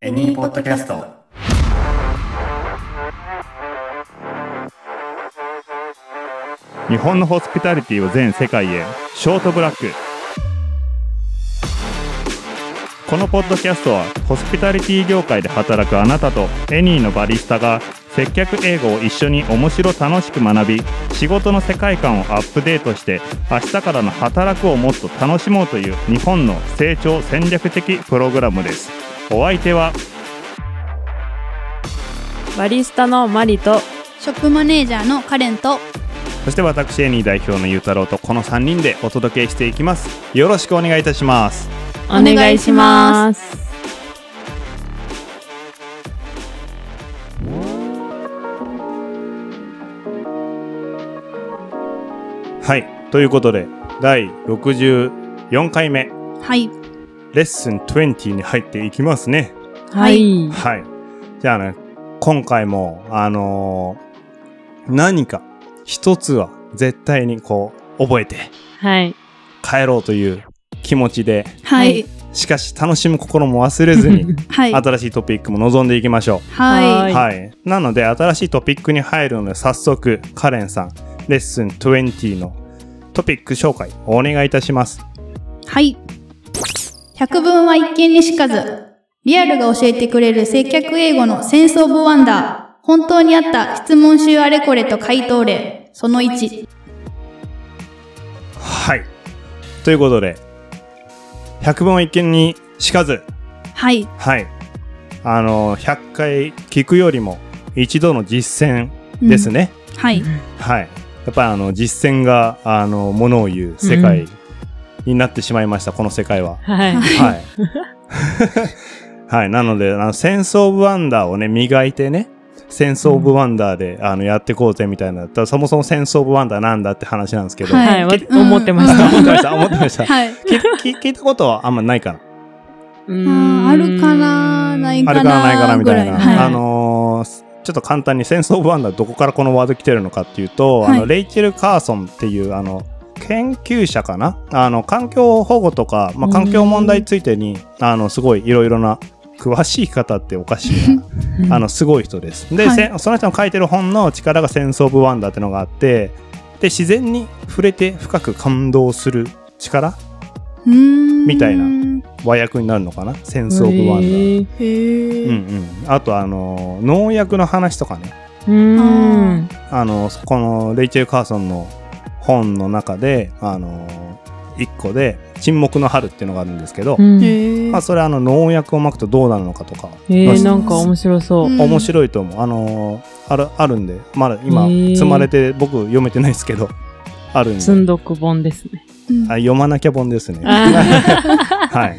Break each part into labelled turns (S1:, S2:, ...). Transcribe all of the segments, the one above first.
S1: エニーポッドキャスト。
S2: 日本のホスピタリティを全世界へショートブラックこのポッドキャストはホスピタリティ業界で働くあなたとエニーのバリスタが接客英語を一緒に面白楽しく学び仕事の世界観をアップデートして明日からの働くをもっと楽しもうという日本の成長戦略的プログラムですお相手は
S3: バリスタのマリと
S4: ショップマネージャーのカレンと
S2: そして私エニー代表のゆうたろうとこの3人でお届けしていきますよろしくお願いいたします
S3: お願いします。
S2: はい。ということで、第64回目、
S4: はい
S2: レッスン20に入っていきますね。
S3: はい。
S2: はい。じゃあね、今回も、あのー何か一つは絶対にこう、覚えて
S3: はい。
S2: 帰ろうという気持ちで、
S4: はい
S2: しかし楽しむ心も忘れずに、
S4: はいはい
S2: 新しいトピックも望んでいきましょ
S3: は
S2: う。
S3: い
S2: はい。なので、新しいトピックに入るので、早速、カレンさん、レッスン20のトピック紹介、お願いいたします。
S4: はい百聞は一見にしかずリアルが教えてくれる接客英語のセンスオブワンダー本当にあった質問集あれこれと回答例その1
S2: はい。ということで、百聞は一見にしかず、
S4: はい
S2: はい。あの、100回聞くよりも、一度の実践ですね。
S4: はい
S2: はい。やっぱりあの、実践が、あの、ものを言う世界になってしまいました、この世界は。
S3: はい。
S2: はい。はい。なので、あの、センスオブワンダーをね、磨いてね、センスオブワンダーで、あの、やっていこうぜみたいな。ただそもそもセンスオブワンダーなんだって話なんですけど。
S4: はい
S3: はい。わ
S2: け
S3: 思ってまし
S2: あ
S3: た。
S2: 思ってました。思ってました。
S4: はい
S2: 聞 聞聞いたことはあんまないかな。
S3: う
S4: あ
S3: ーん
S4: ーあるかなない
S2: あ
S4: か
S2: れ
S4: な
S2: からないからみたいな。
S4: ぐら
S3: はい
S2: あのーちょっと簡単にセンスオブワンダーどこからこのワード来てるのかっていうと、
S4: はい
S2: あのレイチェル・カーソンっていうあの研究者かなあの環境保護とか、まあ、環境問題についてにあのすごいいろいろな詳しい方っておかしい なあのすごい人です。で、
S4: はい
S2: せんその人の書いてる本の力がセンスオブワンダーってのがあってで自然に触れて深く感動する力
S4: うーん
S2: みたいな和訳になるのかなセンスオブワンダー。
S3: へー
S4: へ
S2: うんう
S4: ー
S2: ん、あとあのー農薬の話とかね
S3: うーん。
S2: あの、このレイチェル・カーソンの本の中で、あの、一個で、沈黙の春っていうのがあるんですけど、
S3: うん
S4: へー
S2: まあ、それはあの、農薬をまくとどうなるのかとか、
S3: えー、なんか面白そうう。
S4: ん
S2: 面白いと思う。あの、ある、あるんで、まだ今
S3: へー、
S2: 積まれて、僕読めてないですけど、あるんで
S3: 積、んどく本ですね。
S4: うん
S2: あ読まなきゃ本ですね。
S3: あ
S2: はい。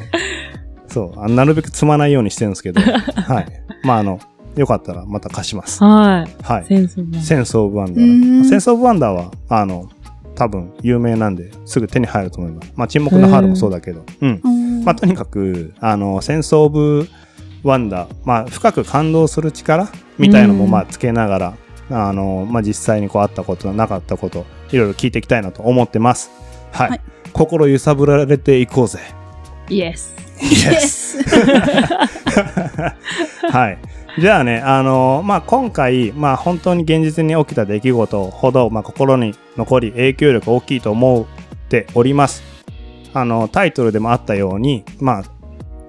S2: そうあ、なるべく積まないようにしてるんです けど、はい。まあ、あの、よかったらまた貸します。
S3: は
S2: はい
S3: い。。センスも。
S2: センスオブワンダ
S4: うー
S2: ー。
S4: ん
S2: センスオブワンダーは、あの、多分有名なんで、すぐ手に入ると思います。まあ、沈黙の春もそうだけど。うん。
S4: うん
S2: まあ、とにかく、あの、センスオブワンダー、まあ、深く感動する力みたいのも、
S3: うん
S2: まあ、つけながら、あの、まあ、実際にこう、あったこと、なかったこと、いろいろ聞いていきたいなと思ってます。はい。
S4: はい
S2: 心揺さぶられていこうぜ。
S3: イエス。
S4: Yes
S2: はい。じゃあね、あのまあ、今回、まあ、本当に現実に起きた出来事ほど、まあ、心に残り影響力大きいと思っております。あの、タイトルでもあったように、まあ、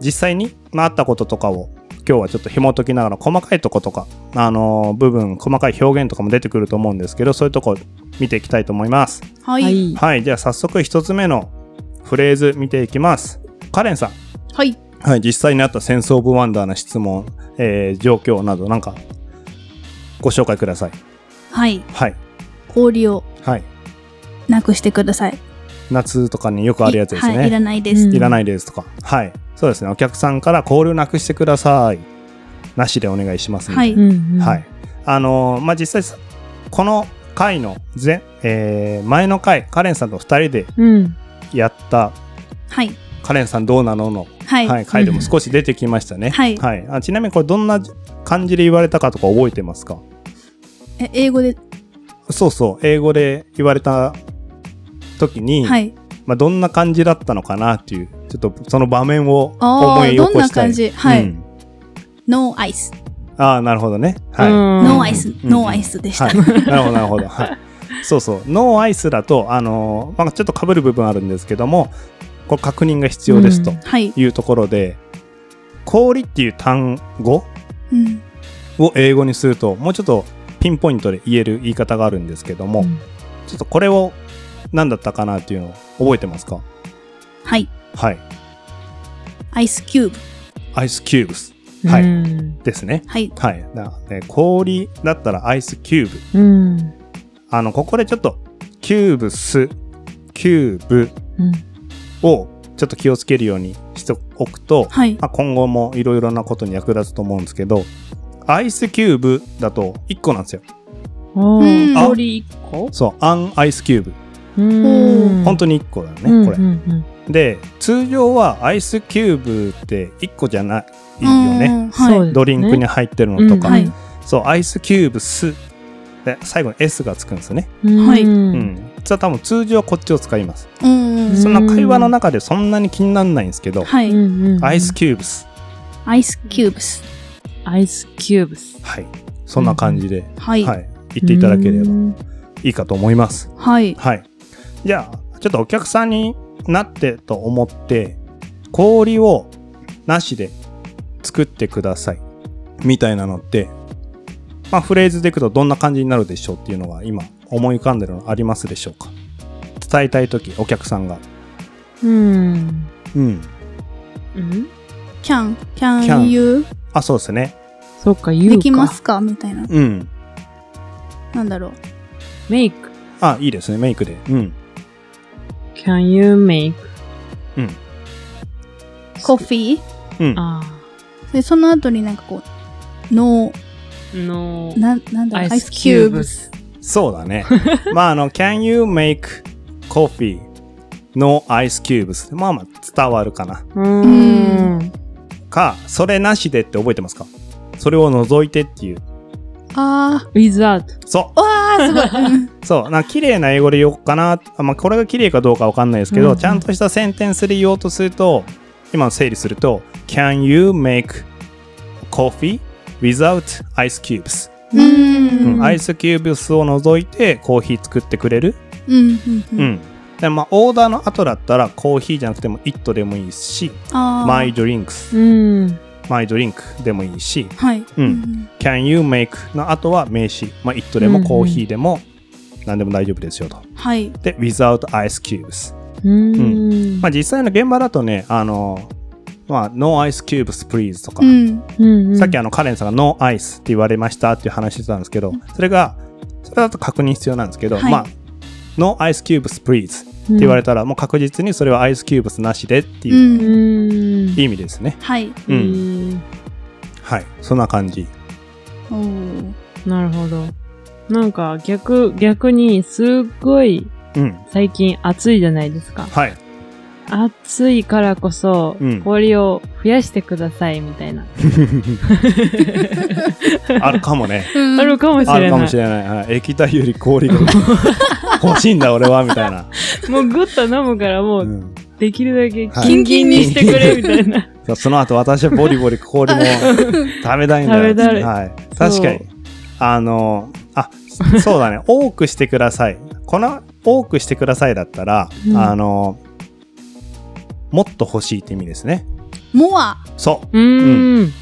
S2: 実際に、まあ、あったこととかを、今日はちょっと紐解きながら、細かいとことか、あの部分、細かい表現とかも出てくると思うんですけど、そういうとこ見ていきたいと思います。
S4: は
S3: はいい。
S2: はい。じゃあ、早速一つ目のフレーズ見ていきます。カレンさん。
S4: はい
S2: はい、実際にあったセンスオブワンダーな質問、えー状況など、なんか、ご紹介ください。
S4: はい
S2: はい。
S4: 氷を
S2: はい。
S4: なくしてください。
S2: 夏とかによくあるやつですね。
S4: はい、いらないです。
S3: うん
S2: いらないですとか。はい。そうですね。お客さんから交流なくしてください。なしでお願いしますみたい
S3: うんうん
S2: な。はい。。あのーまあ、実際さ、この回の前、えー前の回、カレンさんと二人で
S3: うん。
S2: やった、
S4: はい。
S2: カレンさんどうなのの、
S4: はい。
S2: はい、回でも少し出てきましたね。
S4: はい
S2: あちなみにこれどんな感じで言われたかとか覚えてますか
S4: え英語で、
S2: そうそう、英語で言われた時に、
S4: はい。
S2: まあ、どんな感じだったのかなっていう、ちょっとその場面を
S4: あ
S2: 思
S4: あ、
S2: い起
S4: どん
S2: こ
S4: な
S2: したい。
S4: 感じはい。
S2: うん
S4: ノーアイス。
S2: ああ、なるほどね。はい。
S4: ノー
S3: ノ
S4: アイス、
S2: ん
S4: ノーアイスでした。
S2: はい、なるほどなるほど、はい、そうそうノーアイスだと、あのーまあ、ちょっとかぶる部分あるんですけどもこれ確認が必要ですと
S3: うん
S4: はい。
S2: いうところで、氷っていう単語
S4: うん。
S2: を英語にするともうちょっとピンポイントで言える言い方があるんですけども、
S3: うん
S2: ちょっとこれを何だったかなっていうのを覚えてますか
S4: はい。
S2: はい
S4: アイスキューブ。
S2: アイスキューブスは
S3: はいい。うん
S2: ですね
S4: はい。
S2: はいだ、えー氷だったらアイスキューブ
S3: うん。
S2: あのここでちょっとキューブスキューブ
S3: うん
S2: をちょっと気をつけるようにしておくと、
S4: はい。
S2: まあ、今後もいろいろなことに役立つと思うんですけどアイスキューブだと1個なんですよ
S3: おー
S4: うん
S3: 氷一個
S2: そうアンアイスキューブ、
S3: うん
S2: 本当に1個だよね、これ
S3: うんうんうん
S2: で通常はアイスキューブって1個じゃないよね
S4: うんはい。
S3: そうですね
S2: ドリンクに入ってるのとか、
S4: うんはい
S2: そうアイスキューブスで最後に S がつくんですよね、
S4: はい
S2: うん
S3: うん
S2: それは多分通常はこっちを使います、
S4: うん
S3: うん
S2: そんな会話の中でそんなに気にならないんですけど、
S4: は
S3: う
S4: い。
S3: んうん
S2: アイスキューブス
S4: アイスキューブス。
S3: アイスキューブス。
S2: はいそんな感じで、
S4: はい。
S2: は
S4: はい。
S2: い、言っていただければ
S3: うん
S2: いいかと思います。はい。じゃあ、ちょっとお客さんになってと思って、氷をなしで作ってください。みたいなのって、まあフレーズでいくとどんな感じになるでしょうっていうのが今思い浮かんでるのありますでしょうか伝えたいとき、お客さんが。
S3: うん。
S2: うん。
S3: うん。
S4: can,
S2: キャ
S4: can
S2: ン
S4: you
S2: あ、そうですね。
S3: そうか、言うか。
S4: できますかみたいな。
S2: うん。
S4: なんだろう。
S3: メイク。
S2: あ、いいですね。メイクで。うん。
S3: Can you make?
S2: うん。
S4: コフィー
S2: うん。
S3: あ
S4: で、その後になんかこう、ノ
S3: あ。の
S4: ー、、なん、なんだ
S3: ア
S4: ろう、ア
S3: イ
S4: イ
S3: ス
S4: ス
S3: キ
S4: キ
S3: ュ
S4: ュ
S3: ー
S4: ー
S3: ブ
S4: ブ
S3: ス。
S2: そうだね。まあ、あの、can you make coffee? No ice cubes. まあまあ、伝わるかな。
S3: うーん。
S2: か、それなしでって覚えてますかそれを除いてっていう。
S4: あ
S3: Without.
S2: そ
S4: ー、わー、すご い。うん
S2: う。そう。なんか綺麗な英語で言おうかな。あまあ、これが綺麗かどうかわかんないですけど、
S3: うん
S2: ちゃんとしたセンテンスで言おうとすると、今の整理すると、can you make coffee without ice cubes?
S4: う
S2: うんん、アイスキューブスを除いてコーヒー作ってくれる
S4: うんうんう。
S2: うんん。でまあ、オーダーの後だったら、コーヒーじゃなくても、イットでもいいし、
S4: あー
S2: マイドリンクス、
S3: うん。
S2: マイドリンクでもいいし、
S4: はい。
S2: うん
S4: ん。
S2: can you make の後は名詞、まあ、イットでもコーヒーでも、何でも大丈夫ですよと。
S4: はい。
S2: で、without ice cubes。
S3: うん。
S2: まあ、実際の現場だとね、あの、まあ、no ice cubes please とか、
S4: うん。
S3: うん。
S2: さっきあの、カレンさんが no ice って言われましたっていう話してたんですけど、それが、それだと確認必要なんですけど、
S4: はい
S2: まあ、no ice cubes please って言われたら、もう確実にそれはアイスキューブスなしでって
S4: う。
S2: いうん
S3: うんん。
S2: 意味ですね。
S4: はい。
S2: う
S3: うんん。
S2: はい。そんな感じ。
S4: おー
S3: なるほど。なんか逆、逆にすっごい
S2: うん。
S3: 最近暑いじゃないですか。
S2: はい。
S3: 暑いからこそ
S2: うん
S3: 氷を増やしてくださいみたいな。
S2: あるかもね。
S4: うん
S3: あるかもし
S2: あ
S3: れ
S2: るか
S3: な
S2: も
S3: い
S2: し。れない。はい液体より 氷が欲しいんだ、俺は、みたいな。
S3: もうグッと飲むからも
S2: う
S3: うんできるだけ
S2: はい
S3: キンキンにしてくれみたい な。
S2: その後、私はボリボリ氷 も食べたいんだよ。
S3: 食べたい
S2: はい。確かに。あの、あ、そうだね。多くしてください。この、多くしてくださいだったら、
S3: うん
S2: あの、もっと欲しいって意味ですね。
S4: モア。
S2: そう。
S3: うーん。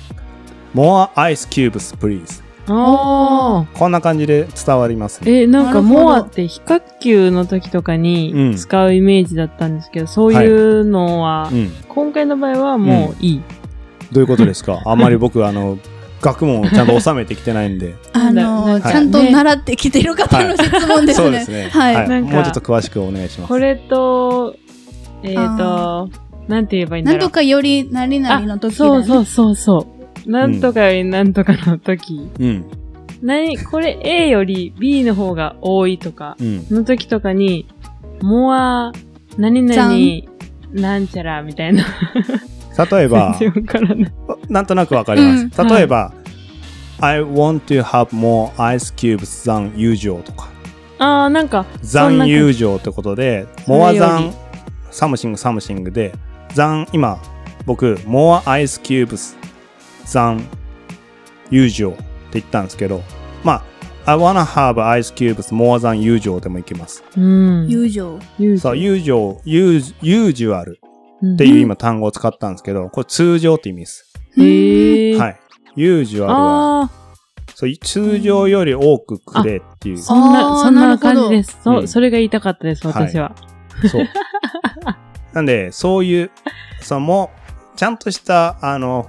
S2: more ice cubes, please.
S3: ああ。
S2: こんな感じで伝わりますね。
S3: え、なんか
S4: なるほど
S3: モアって比較級の時とか
S2: うん
S3: に使うイメージだったんですけど、そういうのは
S2: う、ん。
S3: 今回の場合はもういい。
S2: どういうことですかあんまり僕、あの、学問をちゃんと収めてきてないんで。
S4: あ
S3: なん
S4: の、ち
S2: か
S4: ゃんと
S3: ね
S4: 習ってきてる方の質問です
S2: そうで
S4: ね
S2: す。ね。
S4: はい
S2: はい。
S3: なんか
S2: もうちょっと詳しくお願いします。
S3: これと、えっ
S4: あ
S3: と、なんて言えばいいんだ
S4: なん
S3: ろう
S4: と。かより何
S3: あ、
S4: 々の時だ
S3: そ
S4: よ
S3: う
S4: ね
S3: そうそうそう。なんとかよりなんとかの時。
S2: うん。
S3: 何、これ A より B の方が多いとか、
S2: うん。
S3: の時とかに、モア、何々、なんちゃらみたいな。
S2: 例えば、
S3: 全然わからない。
S2: なんとなくわかります。
S3: うん
S2: 例えば、I want to have more ice cubes than usual とか、
S3: あー、なんか、そ
S2: than
S3: んな感じ
S2: usual ってことで、
S3: それよ
S2: more
S3: り
S2: than something something で、than 今、僕、more ice cubes than usual って言ったんですけど、まあ、I wanna have ice cubes more than usual でもいけます。
S3: うん。
S4: 友情。
S3: ゆ
S2: そう、usual、us- usual
S3: っ
S2: っていう今単語を使ったんですけど、これ通常って意味です。
S3: へえ。。
S2: はいい。usual は、
S3: ああ、
S2: そう、通常より多くくれっていう。
S3: そん
S4: あ
S3: な、
S4: ー
S3: そん
S4: なる
S3: な
S4: ほど
S3: 感じです。そうう、
S2: ん
S3: それが言いたかったです、私は。
S2: そう。なんで、そういう、そのもう、ちゃんとした、あの、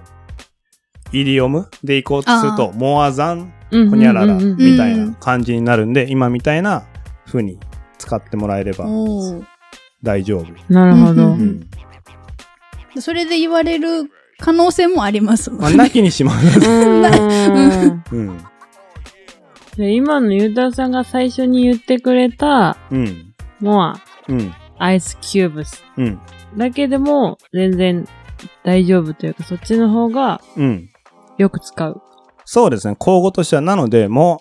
S2: イディオムでいこうとする
S4: あ
S2: と、モアザン、
S3: うん
S2: ホニャララ
S3: うんうんうん
S2: みたいな感じになるんで、今みたいな風に使ってもらえれば
S4: おー
S2: 大丈夫。
S3: なるほ
S4: う
S3: ど
S4: ん。それで言われる可能性もありますも
S2: まあ、
S4: んね。
S2: なきにしもあらず。
S3: うん
S2: うん。
S3: で今のゆうたさんが最初に言ってくれた、
S2: うん。
S3: もう、
S2: うん。
S3: アイスキューブス
S2: うん。
S3: だけでも、全然大丈夫というか、そっちの方が
S2: うん。
S3: よく使う。
S2: そうですね。口語としては、なので、も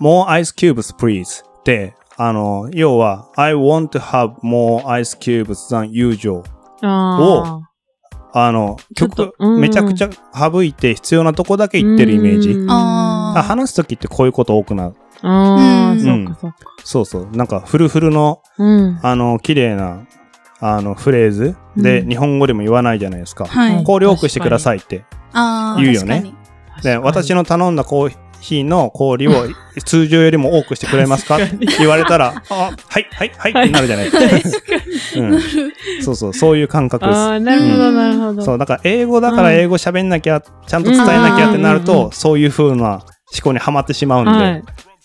S2: う、more ice cubes, please. で、あの、要は、I want to have more ice cubes than usual.
S3: ああ。
S2: あの、
S3: ちょっ
S2: 曲
S3: と、うんうん
S2: めちゃくちゃ省いて必要なとこだけ言ってるイメージ。
S3: うん
S4: あ
S2: あ話すときってこういうこと多くなる。
S3: あ
S4: う
S3: あ、
S4: ん
S3: そっかそっか。
S2: そうそう。なんか、フルフルの、
S3: うん。
S2: あの、綺麗な、あの、フレーズで、
S3: うん
S2: 日本語でも言わないじゃないですか。
S4: はい。
S3: うん
S2: これ多くしてくださいって。
S4: ああ、
S2: 言うよね
S4: 確か
S2: で、私
S3: の、
S2: の頼んだコーヒーの氷を 通常よりも多くしてくれますかって言われた ら、あ、はい、はい、はいってなるじゃないですか。うん、そうそう、そういう感覚です。
S3: ああ、なるほど、なるほど。
S2: そう、だから英語だから英語喋んなきゃ、ちゃんと伝えなきゃってなる
S3: うんうんうん
S2: と、
S3: うん
S2: そういう風な思考にはまってしまうんで、
S3: は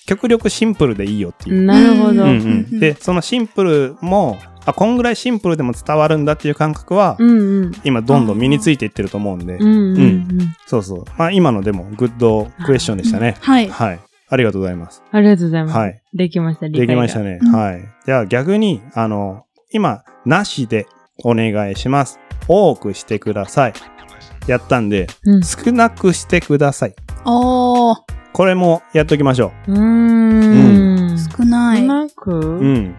S2: 極力シンプルでいいよって
S3: い。
S2: いう。
S3: なるほど。
S2: う
S3: うん
S2: うんんで、そのシンプルも、あ、こんぐらいシンプルでも伝わるんだっていう感覚は、
S3: うん。
S2: 今どんどん身についていってると思うんで、
S3: うんうんうん。
S2: そうそう。まあ今のでもグッドクエスチョンでしたね
S4: に。。はい。
S2: はい。ありがとうございます。
S3: ありがとうございます。
S2: はい。
S3: できました、理
S2: で
S3: 解
S2: き
S3: が
S2: ました。ね。
S4: うん
S2: はい。じゃあ逆に、あの、今、なしでお願いします。多くしてください。やったんで、
S3: うん
S2: 少なくしてください。
S4: おー、
S2: これもやっときましょ
S3: うーん。少
S4: 少ない。
S3: な
S2: う。う
S3: く
S2: ん。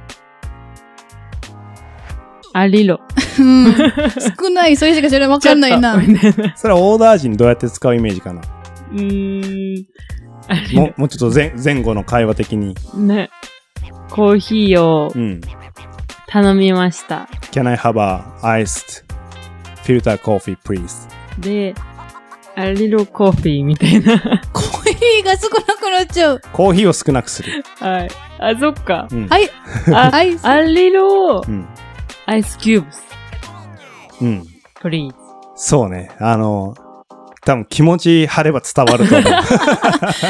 S3: ありろ。
S4: うん少ない。それしかそれわかんないな。
S3: ちょっとみたいな
S2: それはオーダー時にどうやって使うイメージかな。
S3: うーん。あり
S2: ももうちょっと前前後の会話的に。
S3: ろ。ね。コーヒーを
S2: うん。
S3: 頼みました。
S2: Can I have a iced filter coffee, please?
S3: で、ありろコーヒーみたいな。
S4: コーヒーが少なくなっちゃう。
S2: コーヒーを少なくする。
S3: はい。あ、そっか。
S2: うん。
S4: はい。
S3: あ、
S4: アイス。
S3: ありろ
S2: うん。
S3: アイスキューブス。
S2: うん。
S3: プリーズ。
S2: そうね。あの、多分気持ち張れば伝わると思う。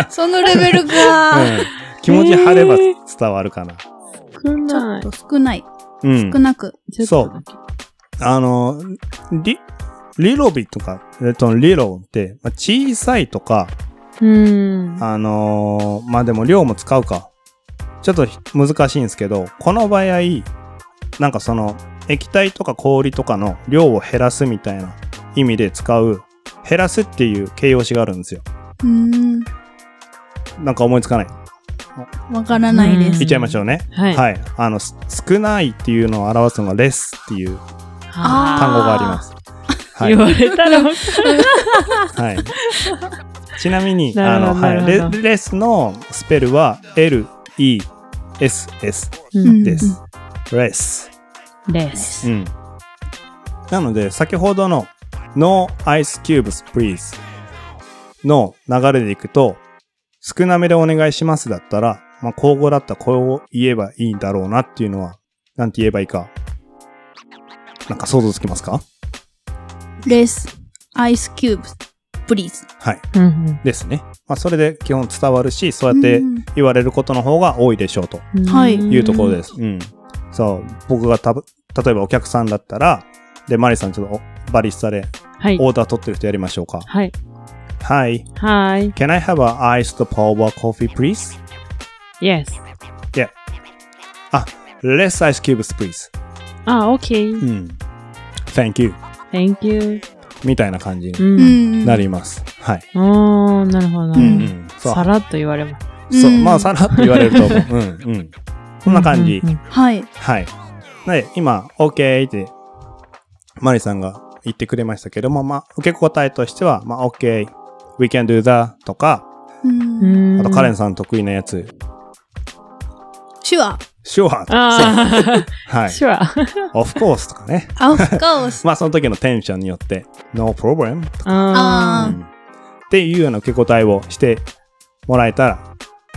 S4: そのレベル か。
S2: うん気持ち張れば伝わるかな。
S3: 少
S4: ちょ
S3: な
S4: っ
S3: い
S4: と。少ない。
S2: うん
S4: 少。なく。
S3: ちょっとだけ。
S2: あの、リ、リロビとか、えっと、リロって、まあ、小さいとか、
S3: うーん。
S2: あのーまあでも量も使うか。ちょっとひ難しいんですけど、この場合、なんかその液体とか氷とかの量を減らすみたいな意味で使う、減らすっていう形容詞があるんですよ。
S4: うーん。
S2: なんか思いつかない。
S4: わからないで
S2: 言
S4: す
S2: っ。ちゃいましょうね。
S3: はい。
S2: はい。あの、す少ないっていうのを表すのがレスっていう
S3: あ
S2: 単語があります。
S3: ー
S2: はい
S3: 言。われたらわか
S2: はい。ちなみに、
S3: な
S2: あ
S3: るほ
S2: の、
S3: ど
S2: はい。
S3: なるほ
S2: レ
S3: ど
S2: レスのスペルは L, E, S, S
S3: る
S4: うん
S2: です。レス。
S3: です。
S2: うん。なので、先ほどの No Ice Cubes Please の流れでいくと、少なめでお願いしますだったら、まあ、口語だったらこれを言えばいいんだろうなっていうのは、なんて言えばいいか。なんか想像つきますか
S4: レス。アイスキューブ。プリーズ。
S2: はい。
S3: うんうん
S2: ですね。まあ、それで基本伝わるし、そうやって
S4: うん
S2: 言われることの方が多いでしょうと
S3: うん
S4: はい
S2: いうところで。す。うん。そう。僕がたぶ、例えばお客さんだったら、で、マリさんちょっとおバリスタで
S3: はい。
S2: オーダー取ってる人やりましょうか。
S3: はい。
S2: Hi,
S3: はい。
S2: can I have a iced power coffee, please?
S3: Yes.
S2: Yeah. あ、less ice cubes, please.
S3: あ、OK.
S2: うん。Thank you.
S3: Thank you.
S2: みたいな感じ
S3: う。
S2: に
S4: うんん。
S2: なります。はい。
S3: おー、なるほどな
S2: う
S3: る
S2: ん
S3: ほ
S2: う
S3: ど。
S2: ん。そう。
S3: さらっと言われます。
S2: そうう。
S4: ん
S2: まあ、さらっと言われると思う。うんうん。こんな感じ
S3: う。んうん
S4: はい。
S2: はい。で、今、OK って、マリさんが言ってくれましたけども、まあ、受け答えとしては、まあ、OK、 We can do that とか、
S4: うん。
S3: うん
S2: あとカレンさん得意なやつ、
S4: 手話。
S2: Sure!
S3: あ
S2: は
S3: あ、
S2: い。
S3: 手話。
S2: Of course とかね。
S4: あ、of course
S2: まあその時のテンションによって No problem とか
S3: あ
S4: あ
S2: っていうような受け答えをしてもらえたら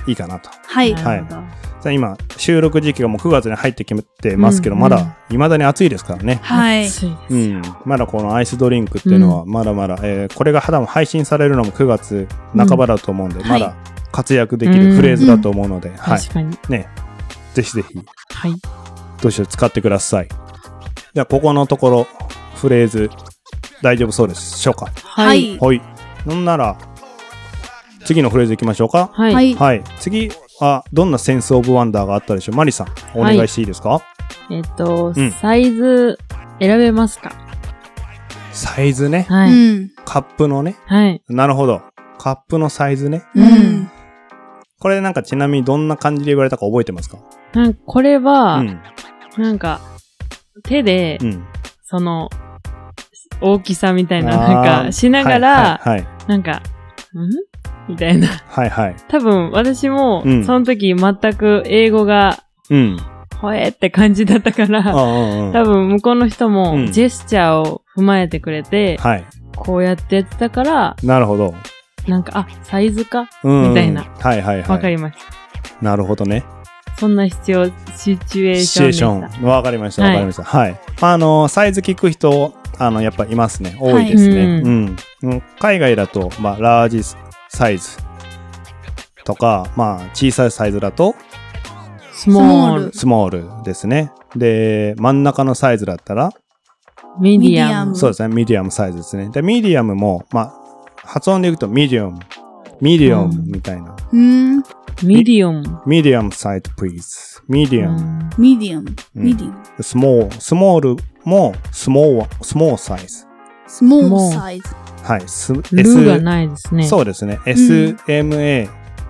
S2: いいかなと。
S4: は
S3: ー
S4: い。
S2: はい
S3: なるほど
S2: さあ今、収録時期がもう9月に入ってきてますけど、
S3: うん
S2: まだ、未だに暑いですからね。
S4: はい。
S3: 暑いです
S2: う
S3: よ
S2: ん。まだこのアイスドリンクっていうのは、まだまだ、えーこれが多分配信されるのも9月半ばだと思うんで、
S4: ん
S2: ま
S4: は
S2: だ活躍できるフレーズだと思うので、はい。
S3: 確かに。
S2: ね。ぜひぜひ、
S3: はい。
S2: どうしよう使ってください。じゃあ、ここのところ、フレーズ、大丈夫そうでしょうか。
S4: は。
S3: はい
S2: はい。なんなら、次のフレーズいきましょうか。
S3: はい。
S4: はい。
S2: はい。次は、どんなセンスオブワンダーがあったでしょうマリさん、お願いしていいですか、
S3: えっと
S2: うん、
S3: サイズ選べますか
S2: サイズね。
S4: う
S3: はい。
S4: ん。
S2: カップのね。
S3: はい。
S2: なるほど。カップのサイズね。
S4: うん。
S2: これなんかちなみにどんな感じで言われたか覚えてますか
S3: なんかこれは、
S2: うん。
S3: なんか、手で、
S2: うん。
S3: その、大きさみたいな、
S2: あー
S3: なんか、しながら、
S2: はいはい
S3: なんか、んみたいな。
S2: はい。はいはい。
S3: 多分、私も、
S2: うん
S3: その時全く英語が、
S2: うん。
S3: ほえって感じだったか
S2: あ
S3: ら、
S2: あ、うん。
S3: 多分、向こうの人
S2: う
S3: も
S2: ん、
S3: ジェスチャーを踏まえてくれて、
S2: はい。
S3: こうやってやってたから、
S2: なるほど。
S3: なんか、あ、サイズか
S2: うん。
S3: みたいな
S2: はいはいはい。
S3: わかりました。
S2: なるほどね。
S3: そんな必要、シチュエー
S2: シ
S3: シ
S2: チュ
S3: ョン
S2: エー
S3: でし
S2: シ
S3: た。
S2: ョン。わかりました。わ
S3: はい
S2: かりました。はい。まああの、サイズ聞く人、あの、やっぱいますね。多いですね。
S3: はい
S2: うん。うん海外だと、まあ、ラージサイズとか、まあ、小さいサイズだと、
S3: スモール、
S2: スモールですね。で、真ん中のサイズだったら、
S3: ミディ
S4: ミディア
S3: ア
S4: ム
S3: ム。
S2: そうですね、ミディアムサイズですね。で、ミディアムも、まあ、発音でいくと、ミディアム、ミディアム
S3: うん
S2: みたいな。
S4: うん。
S3: ミディアム。
S2: ミディアムサイズ、プリーズ。ミディアム、
S4: ミディアム。
S2: うん
S4: ミディアム。
S2: スモール、スモールも、スモー、スモールサイズ。
S4: スモールサイズ。
S2: はい、ス、
S3: ルーがないですね。
S2: そうですね、
S4: ん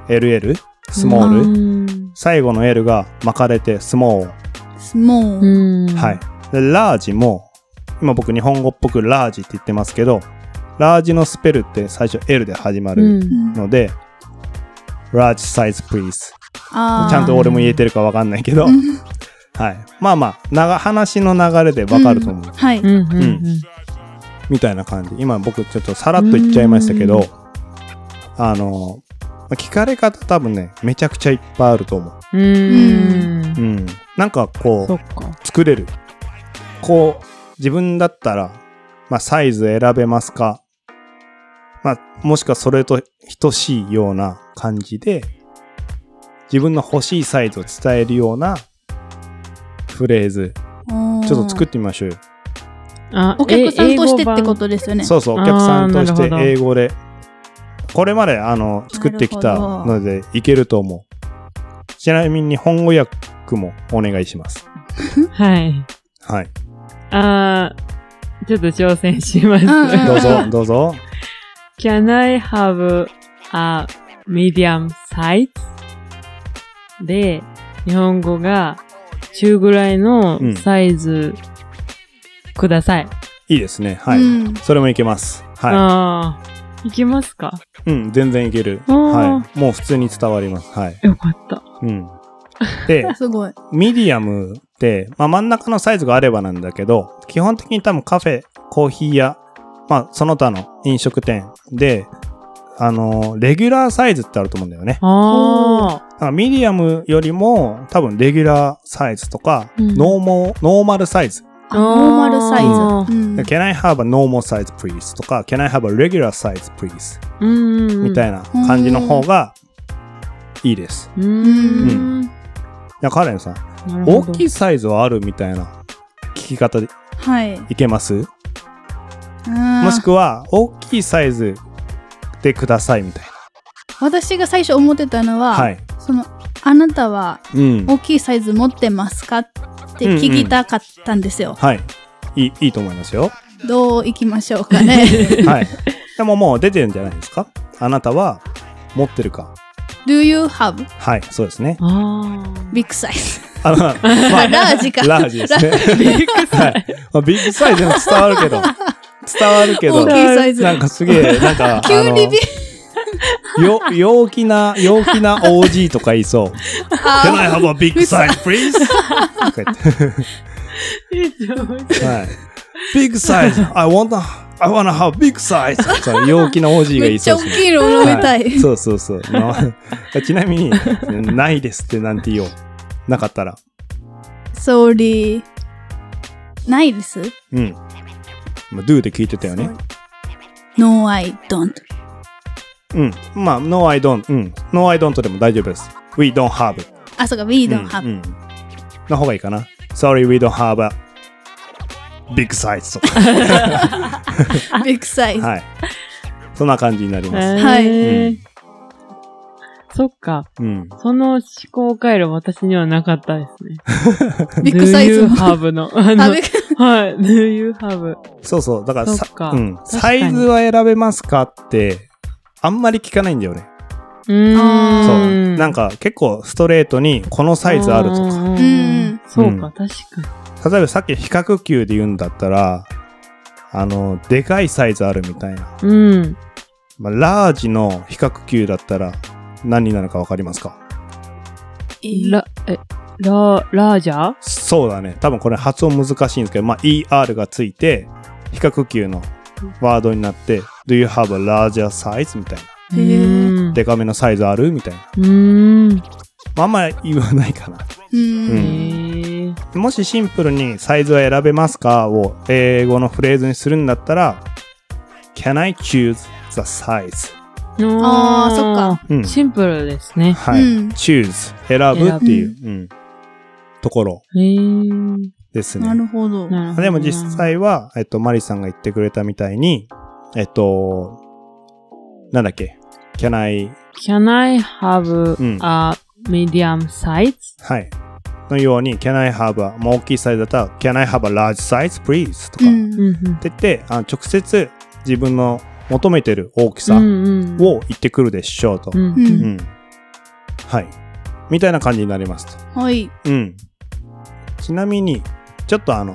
S2: SMALL、スモール。
S3: ル。
S2: 最後の L が巻かれて、スモール。
S4: スモール。
S3: うん。
S2: はい。。で、ラージも、今僕日本語っぽくラージって言ってますけど、ラージのスペルって最初 L で始ま
S3: う
S2: る
S3: ん。
S2: ので、large size please。
S4: ああ。
S2: ちゃんと俺も言えてるかわかんないけど、はい。まあまあ、なが話の流れでわかると思う、
S4: んはい。
S3: うん。うん。うん
S2: みたいな感じ。今僕ちょっとさらっと言っちゃいましたけ
S3: う
S2: ど
S3: ん、
S2: あの、聞かれ方多分ね、めちゃくちゃいっぱいあると思う。
S3: うー。
S2: うんん。なんかこう
S3: そ、っか。
S2: 作れる。こう、自分だったら、まあ、サイズ選べますかまあ、もしくはそれと等しいような感じで、自分の欲しいサイズを伝えるようなフレーズ。ちょっと作
S4: っ
S2: ってみましょうよ。
S3: あ
S4: お客さんとしてってこととですよね。
S2: そうそう、お客さんとし
S3: あーな
S2: て
S3: るほど
S2: 英語で、これまであの、作ってきたのでいけると思う。ちなみに日本語訳もお願いします。
S3: はい。
S2: はい。
S3: あーちょっと挑戦します。
S4: うんうん
S2: どうぞ、どうぞ。
S3: Can I have a medium size? で、日本語が中ぐらいの
S2: うん
S3: サイズください。
S2: いいですね。はい。
S4: うん、
S2: それもいけます。は
S3: ああ、いけますか
S2: い。うん、全然いける。
S3: あー
S2: はい。もう普通に伝わります。はい。
S3: よかった。
S2: う ん。で
S4: すごい。
S2: ミディアムって、まあ真ん中のサイズがあればなんだけど、基本的に多分カフェ、コーヒー屋、まあその他の飲食店で、あのーレギュラーサイズってあると思うんだよね。
S3: あ
S2: だからミディアムよりも多分レギュラーサイズとか、
S3: うん
S2: ノーモノーマルサイズ。
S4: あノーマルサイ
S3: あー
S4: ズうん。
S2: Can I have a normal size please? とか、Can I have a regular size please?
S3: あ、うんうん。
S2: みた
S3: い
S2: いな感じの方がいいです。
S3: な。うん。
S2: いや、カレンさん、
S3: なるほ
S2: 大
S3: ど
S2: きいサイズはあるみたいな聞き方で
S4: はい。
S2: いけますも
S4: も
S2: しくは、大きいサイズでくださいみたい
S4: 私が最初思ってたの
S2: な。
S4: は、
S2: はい。
S4: そのあなたは
S2: うん。
S4: 大きいサイズ持ってますかって聞きたかったんですよ。
S2: はい。いい、いいと思い ますよ。
S4: どう行きましょうかね。
S2: はい。でももう出てるんじゃないですかあなたは持ってるか。
S4: Do you have
S2: はい、そうですね。
S3: あ
S4: big size?
S2: あの、ま
S4: あ
S2: あ、
S4: ラージか。
S2: ラージですね。
S3: ビッグサイ
S2: はい。まあ、ビッグ サイズでも伝わるけど、伝わるけど
S4: 大きい、サイズ。
S2: なんかすげえ、なんか、
S4: 急にビ
S2: あのよ陽気な、陽気な OG とか言いそう。Can I have a big size, please? とか言ってはい。Big size! I wanna, I wanna have big size! そう陽気な OG が
S4: め
S2: 言
S4: っ
S2: い
S4: ち
S2: そ
S4: ゃ
S2: う
S4: 大
S2: ですね。
S4: きいの飲みたい。
S2: はそうそうそう。な ちなみに、ないですってなんて言おう。なかったら。
S4: Sorry. ないです
S2: うん。まあ、do で聞いてたよね。
S4: ?No, I don't.
S2: うん。まあ、no, I don't. うん。no, I don't でも大丈夫です。we don't have.
S4: あ、そうか、we
S2: うん
S4: don't have.、
S2: うんの方がいいかな。sorry, we don't have a big size とか。
S4: big size.
S2: はい。そんな感じになります。
S4: はい
S3: へー
S2: う
S3: そっか。
S2: うん。
S3: その思考回路私にはなかったですね。
S4: ビッグサイ
S3: Do
S4: ズ
S3: you
S4: も。
S3: have の。あの
S4: あ
S3: はい
S4: びっく。
S3: Do you have?
S2: そうそう。だからさ
S3: そっか
S2: うん、
S3: 確かに
S2: サイズは選べますかって、あんまり聞かないんだよね。
S3: うー
S4: あ
S3: ん。
S2: そう。なんか結構ストレートにこのサイズあるとか。
S3: うん
S4: うん
S3: そうか、確か
S2: 例えばさっき比較級で言うんだったら、あの、でかいサイズあるみたいな。
S3: に。うん。
S2: まあ、ラージの比較級だったら何になるかわかりますか
S3: ラ、え、ラ、ラージャー
S2: そうだね。多分これ発音難しいんですけど、まあ、ER がついて、比較級のワードになって、Do you have a larger size? みたいな。
S4: へー
S3: うん
S2: でかめのサイズあるみたいな。
S3: うーん。
S2: まあ、あんまり言わないかな。
S4: う
S2: うん
S4: ん。
S3: へー
S2: もしシンプルにサイズは選べますかを英語のフレーズにするんだったら、Can I choose the size?
S4: あーそっか。
S2: うん。
S3: シンプルですね。
S2: はい。
S4: うん
S2: choose 選ぶっていう、うん、ところ
S3: へー
S2: です
S4: な
S2: ね。
S4: るほど。
S3: なるほどな
S2: でも実。際は、えっと、マリさんが言ってくれたみたいに、えっと、なんだっけ ?can I,
S3: Can I have
S2: うん
S3: a medium size?
S2: はい。のように、can I have a, もう大きいサイズだったら、can I have a large size please? とか、
S4: う
S2: って
S4: ん。
S3: うん
S2: 言ってあの、直接自分の求めてる大き
S3: う
S2: さを
S3: んうん
S2: 言ってくるでしょうと。
S3: う
S4: うんん
S2: うん。はい。みたいな感じになりますと。
S4: はい。
S2: うん。ちなみに、ちょっとあの、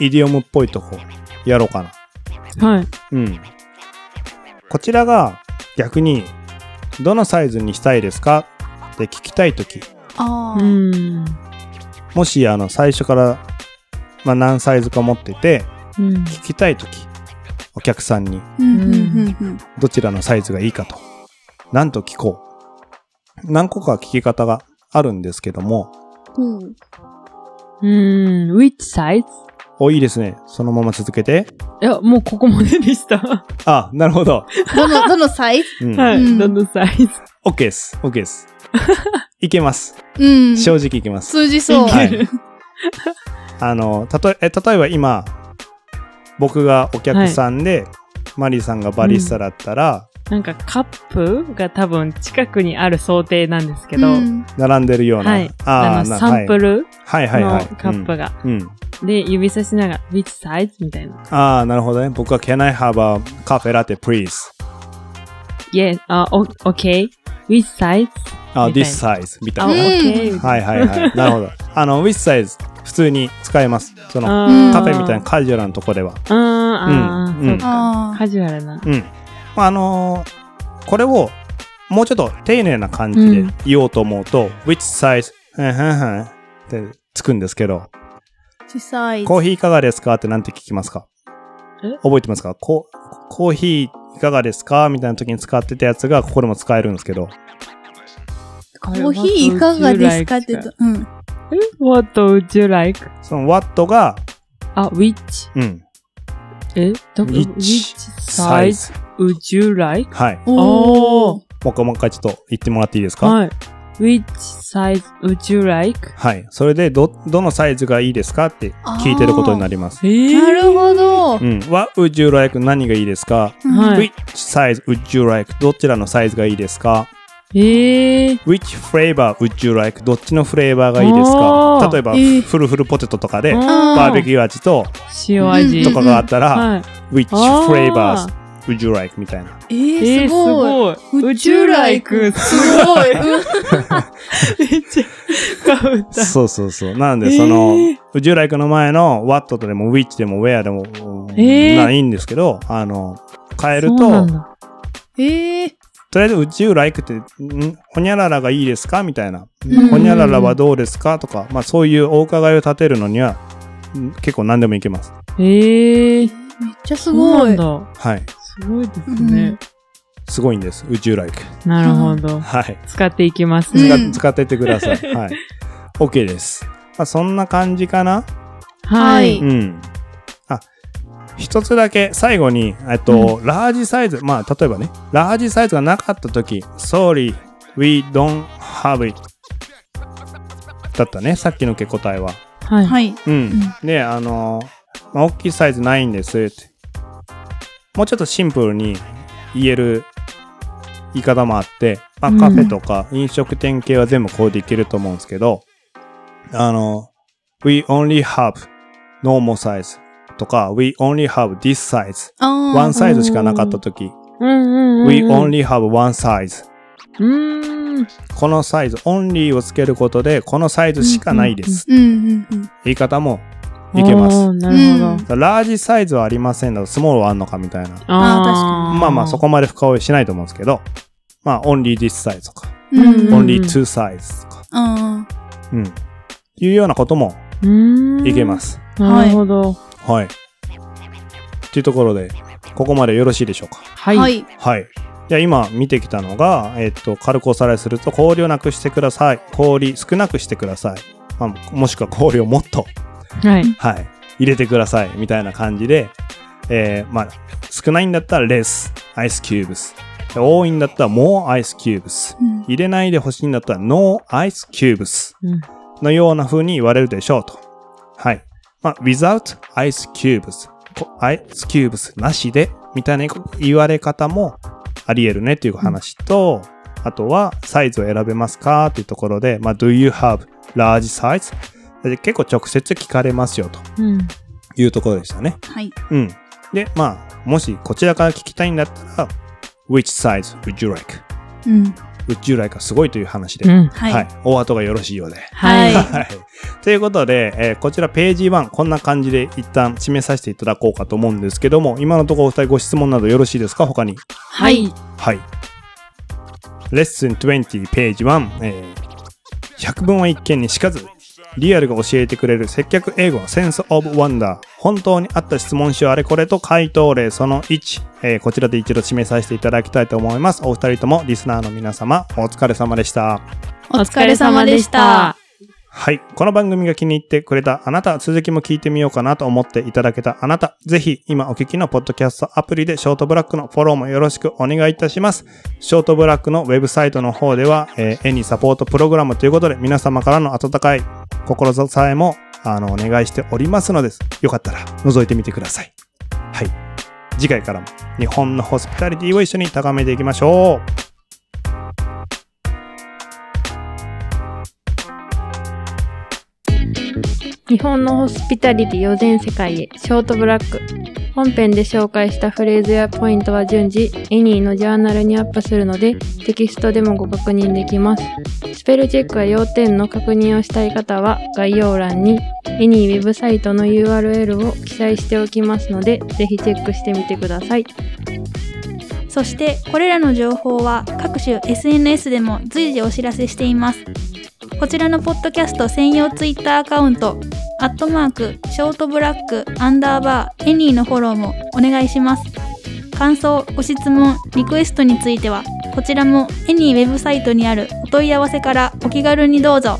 S2: イディオムっぽいとこ、やろうかな。
S3: はい。
S2: うん。こちらが、逆に、どのサイズにしたいですかって聞きたいとき、
S4: あ
S3: う
S4: あ。
S3: ん。
S2: もし、あの、最初から、まあ、何サイズか持ってて、
S3: うん
S2: 聞きたいとき、お客さんに、
S4: うんうんうんうん。
S2: どちらのサイズがいいかと、なんと聞こう。何個か聞き方があるんですけども、
S4: ほ う
S3: うん。Which size?
S2: お、いいですね。そのまま続けて。
S3: いや、もうここまででした。
S2: あ、なるほど。
S4: どの、どのサイズ
S2: うん。
S3: は
S4: う
S3: い。
S4: ん
S3: どのサイズ
S2: OK です。OK です。いけます。
S4: うん。
S2: 正直いけます。
S4: 通じそう。
S2: は
S3: はいい。
S2: あの、たとえ、え例えば今、僕がお客さんで、マリーさんがバリスタだったら、
S3: なんかカップが多分近くにある想定なんですけ
S4: う
S3: ど、
S4: ん
S2: 並んでるような、
S3: はい。
S2: あ
S3: あ
S2: ー
S3: の、
S2: な
S3: サンプル
S2: はい、はいはいは
S3: の
S2: い
S3: カップが。
S2: うん。うん
S3: で、指差しながら、which size? みたいな。
S2: ああ、なるほどね。僕は Can I have a cafe latte, please?
S3: Yes, あ、o okay. Which size?
S2: あ、
S3: みたい
S2: this
S3: な
S2: size みた
S3: あ、
S2: いな。
S3: okay.
S2: はいはい はい。なるほど。あの、which size 普通に使えます。その、
S4: うん
S2: カフェみたいな。カジュアルなとこでは。
S3: あーあー、
S2: うん
S3: そうか。
S4: ああ。
S3: カジュアルな。
S2: うん。まあ、あのーこれをもうちょっと丁寧な感じで
S3: うん
S2: 言おうと思うと、which size? うんうんうんってつくんですけど、
S4: 小さい。
S2: コーヒーいかがですかってなんて聞きますか
S3: え
S2: 覚えてますかココーヒーいかがですかみたいな時に使ってたやつがここでも使えるんですけど、
S3: コ
S4: コーヒーいかがですかって言うと。うん。
S3: What would you like?
S2: その what が、
S3: あ、which?
S2: うん、
S3: えど
S2: which
S3: ?which size
S2: size?
S3: would you like?
S2: はい。
S4: お
S3: お
S4: ー
S3: ー。
S2: もう一回もう一回ちょっと言ってもらっていいですか
S3: はい。Which size would you like?
S2: はい。それで、ど、どのサイズがいいですかって聞いてることになります。
S3: えー
S4: なるほど
S2: う。ん。what would you like? 何がいいですか
S3: はい
S2: Which size would you like? どちらのサイズがいいですか
S3: えー
S2: ?Which flavor would you like? どっちのフレーバーがいいです
S3: お
S2: か
S3: ー
S2: 例えば、
S4: えー
S2: フルフルポテトとかで、
S4: ー
S2: バーベキュー味と
S3: 塩味
S2: とかがあったら、
S3: はい
S2: Which
S3: あー
S2: flavors would you like? みたいな。
S4: え
S3: え
S4: ー、
S3: ー、
S4: す
S3: す
S4: ごい。
S3: ごい。
S4: 宇宙ライ ク
S3: すごい。めっちゃかぶった。
S2: そうそうそう。なんで、
S3: えー
S2: その、would you like の前の what でも which でも where でも、
S3: えー
S2: ないんですけど、あの、変える
S3: そうな
S2: と
S3: ん、だ
S4: えー。
S2: とりあえず、宇宙ライクって、んほにゃららがいいですかみたいな。
S4: うん
S2: ほにゃららはどうですかとか、まあそういうお伺いを立てるのには、ん結構何でもいけます。
S3: ええー、
S4: めっちゃす
S3: そう
S4: ご。
S3: ないんだ。
S2: はい。
S3: すごいですね。
S2: すごいんです。宇宙ライク。
S3: なるほど。
S2: はい。
S3: 使っていきます
S4: う
S3: ね。
S2: 使,、
S4: ん
S2: 使ってってください。はい。OK です。まあそんな感じかな。
S3: はい。
S2: うん。あ、一つだけ最後に、えっと、ラージサイズ、まあ、例えばね、ラージサイズがなかったとき、sorry, we don't have it. だったね、さっきの受け答えは。
S3: はい。
S4: はい。
S2: うん。で、あの、まあ、大きいサイズないんですって。もうちょっとシンプルに言える言い方もあって、まあ、
S3: うん
S2: カフェとか飲食店系は全部こうでいけると思うんですけど、あの、we only have normal size とか、we only have this size。
S4: あー
S2: ワンサイズしかなかった時、
S3: うんうんうん。
S2: we。only have one size。
S3: うーん。
S2: このサイズ、only をつけることで、このサイズしかないです。
S4: うんうんうん。
S2: 言い方もいけます。
S3: おーなるほど。
S4: うん
S2: ラージサイズはありませんだと、スモールはあんのかみたいな。
S4: あ
S2: まあまあ、そ。こまで深追いしないと思うんですけど、まあ、オンリー this size とか、
S4: うん
S2: オ
S3: う
S2: ン
S3: ん
S2: リー two size とか、
S4: あー
S2: うん。いうようなことも
S3: うーん。
S2: いけます。
S3: すなるほど。
S2: はい。っていうところで、ここまでよろしいでしょうか。
S3: はい。
S4: は。い。
S2: はい。じゃあ今見てきたのが、えっと、軽くおさらいすると、氷をなくしてください。氷少なくしてください。まあ、もしくは氷をもっと
S3: はい。
S2: はい、入れてくださいみたいな感じで、えーまあ、少ないんだったらレス、アイスキューブス。多いんだったらもうアイスキューブス。
S4: うん
S2: 入れないでほしいんだったらノーアイスキューブス
S3: うん
S2: のような風に言われるでしょうと。はい。まあ、without アイスキューブス。こアイスキューブスなしでみたいな言われ方もあり得るねっていう話と、あとはサイズを選べますかっていうところで、まあ、do you have large size? で結構直接聞かれますよと。
S3: うん。
S2: いうところでしたね。
S4: はい。
S2: うん。で、まあ、もしこちらから聞きたいんだったら、which size would you like?
S4: うん。
S2: would you like がすごいという話で、
S3: うん。
S4: はい。
S2: お後がよろしいようで。
S3: はい。
S4: は
S2: はい。ということで、えーこちらページ1、こんな感じで一旦締めさせていただこうかと思うんですけども、今のところお二人ご質問などよろしいですか他に。
S3: は
S4: はいい。
S2: はい。レッスン20ページ1、えー百聞は一見にしかず、リアルが教えてくれる接客英語のセンスオブワンダー、本当にあった質問集あれこれと回答例その1、えーこちらで一度締めさせていただきたいと思います。お二人ともリスナーの皆様、お疲れ様でした。
S4: お疲れ様でした。。
S2: はい。この番組が気に入ってくれたあなた、続きも聞いてみようかなと思っていただけたあなた、ぜひ今お聞きのポッドキャストアプリでショートブラックのフォローもよろしくお願いいたします。ショートブラックのウェブサイトの方では、えー絵にサポートプログラムということで皆様からの温かい心支えもあのお願いしておりますのです。よかったら覗いてみてください。はい。次回からも日本のホスピタリティを一緒に高めていきましょう。
S1: 日本のホスピタリティを全世界へショートブラック本編で紹介したフレーズやポイントは順次エニーのジャーナルにアップするのでテキストでもご確認できますスペルチェックや要点の確認をしたい方は概要欄にエニーウェブサイトの URL を記載しておきますのでぜひチェックしてみてください
S4: そしてこれらの情報は各種 SNS でも随時お知らせしていますこちらのポッドキャスト専用ツイッターアカウントアットマークショートブラックアンダーバーエニーのフォローもお願いします感想ご質問リクエストについてはこちらもエニーウェブサイトにあるお問い合わせからお気軽にどうぞ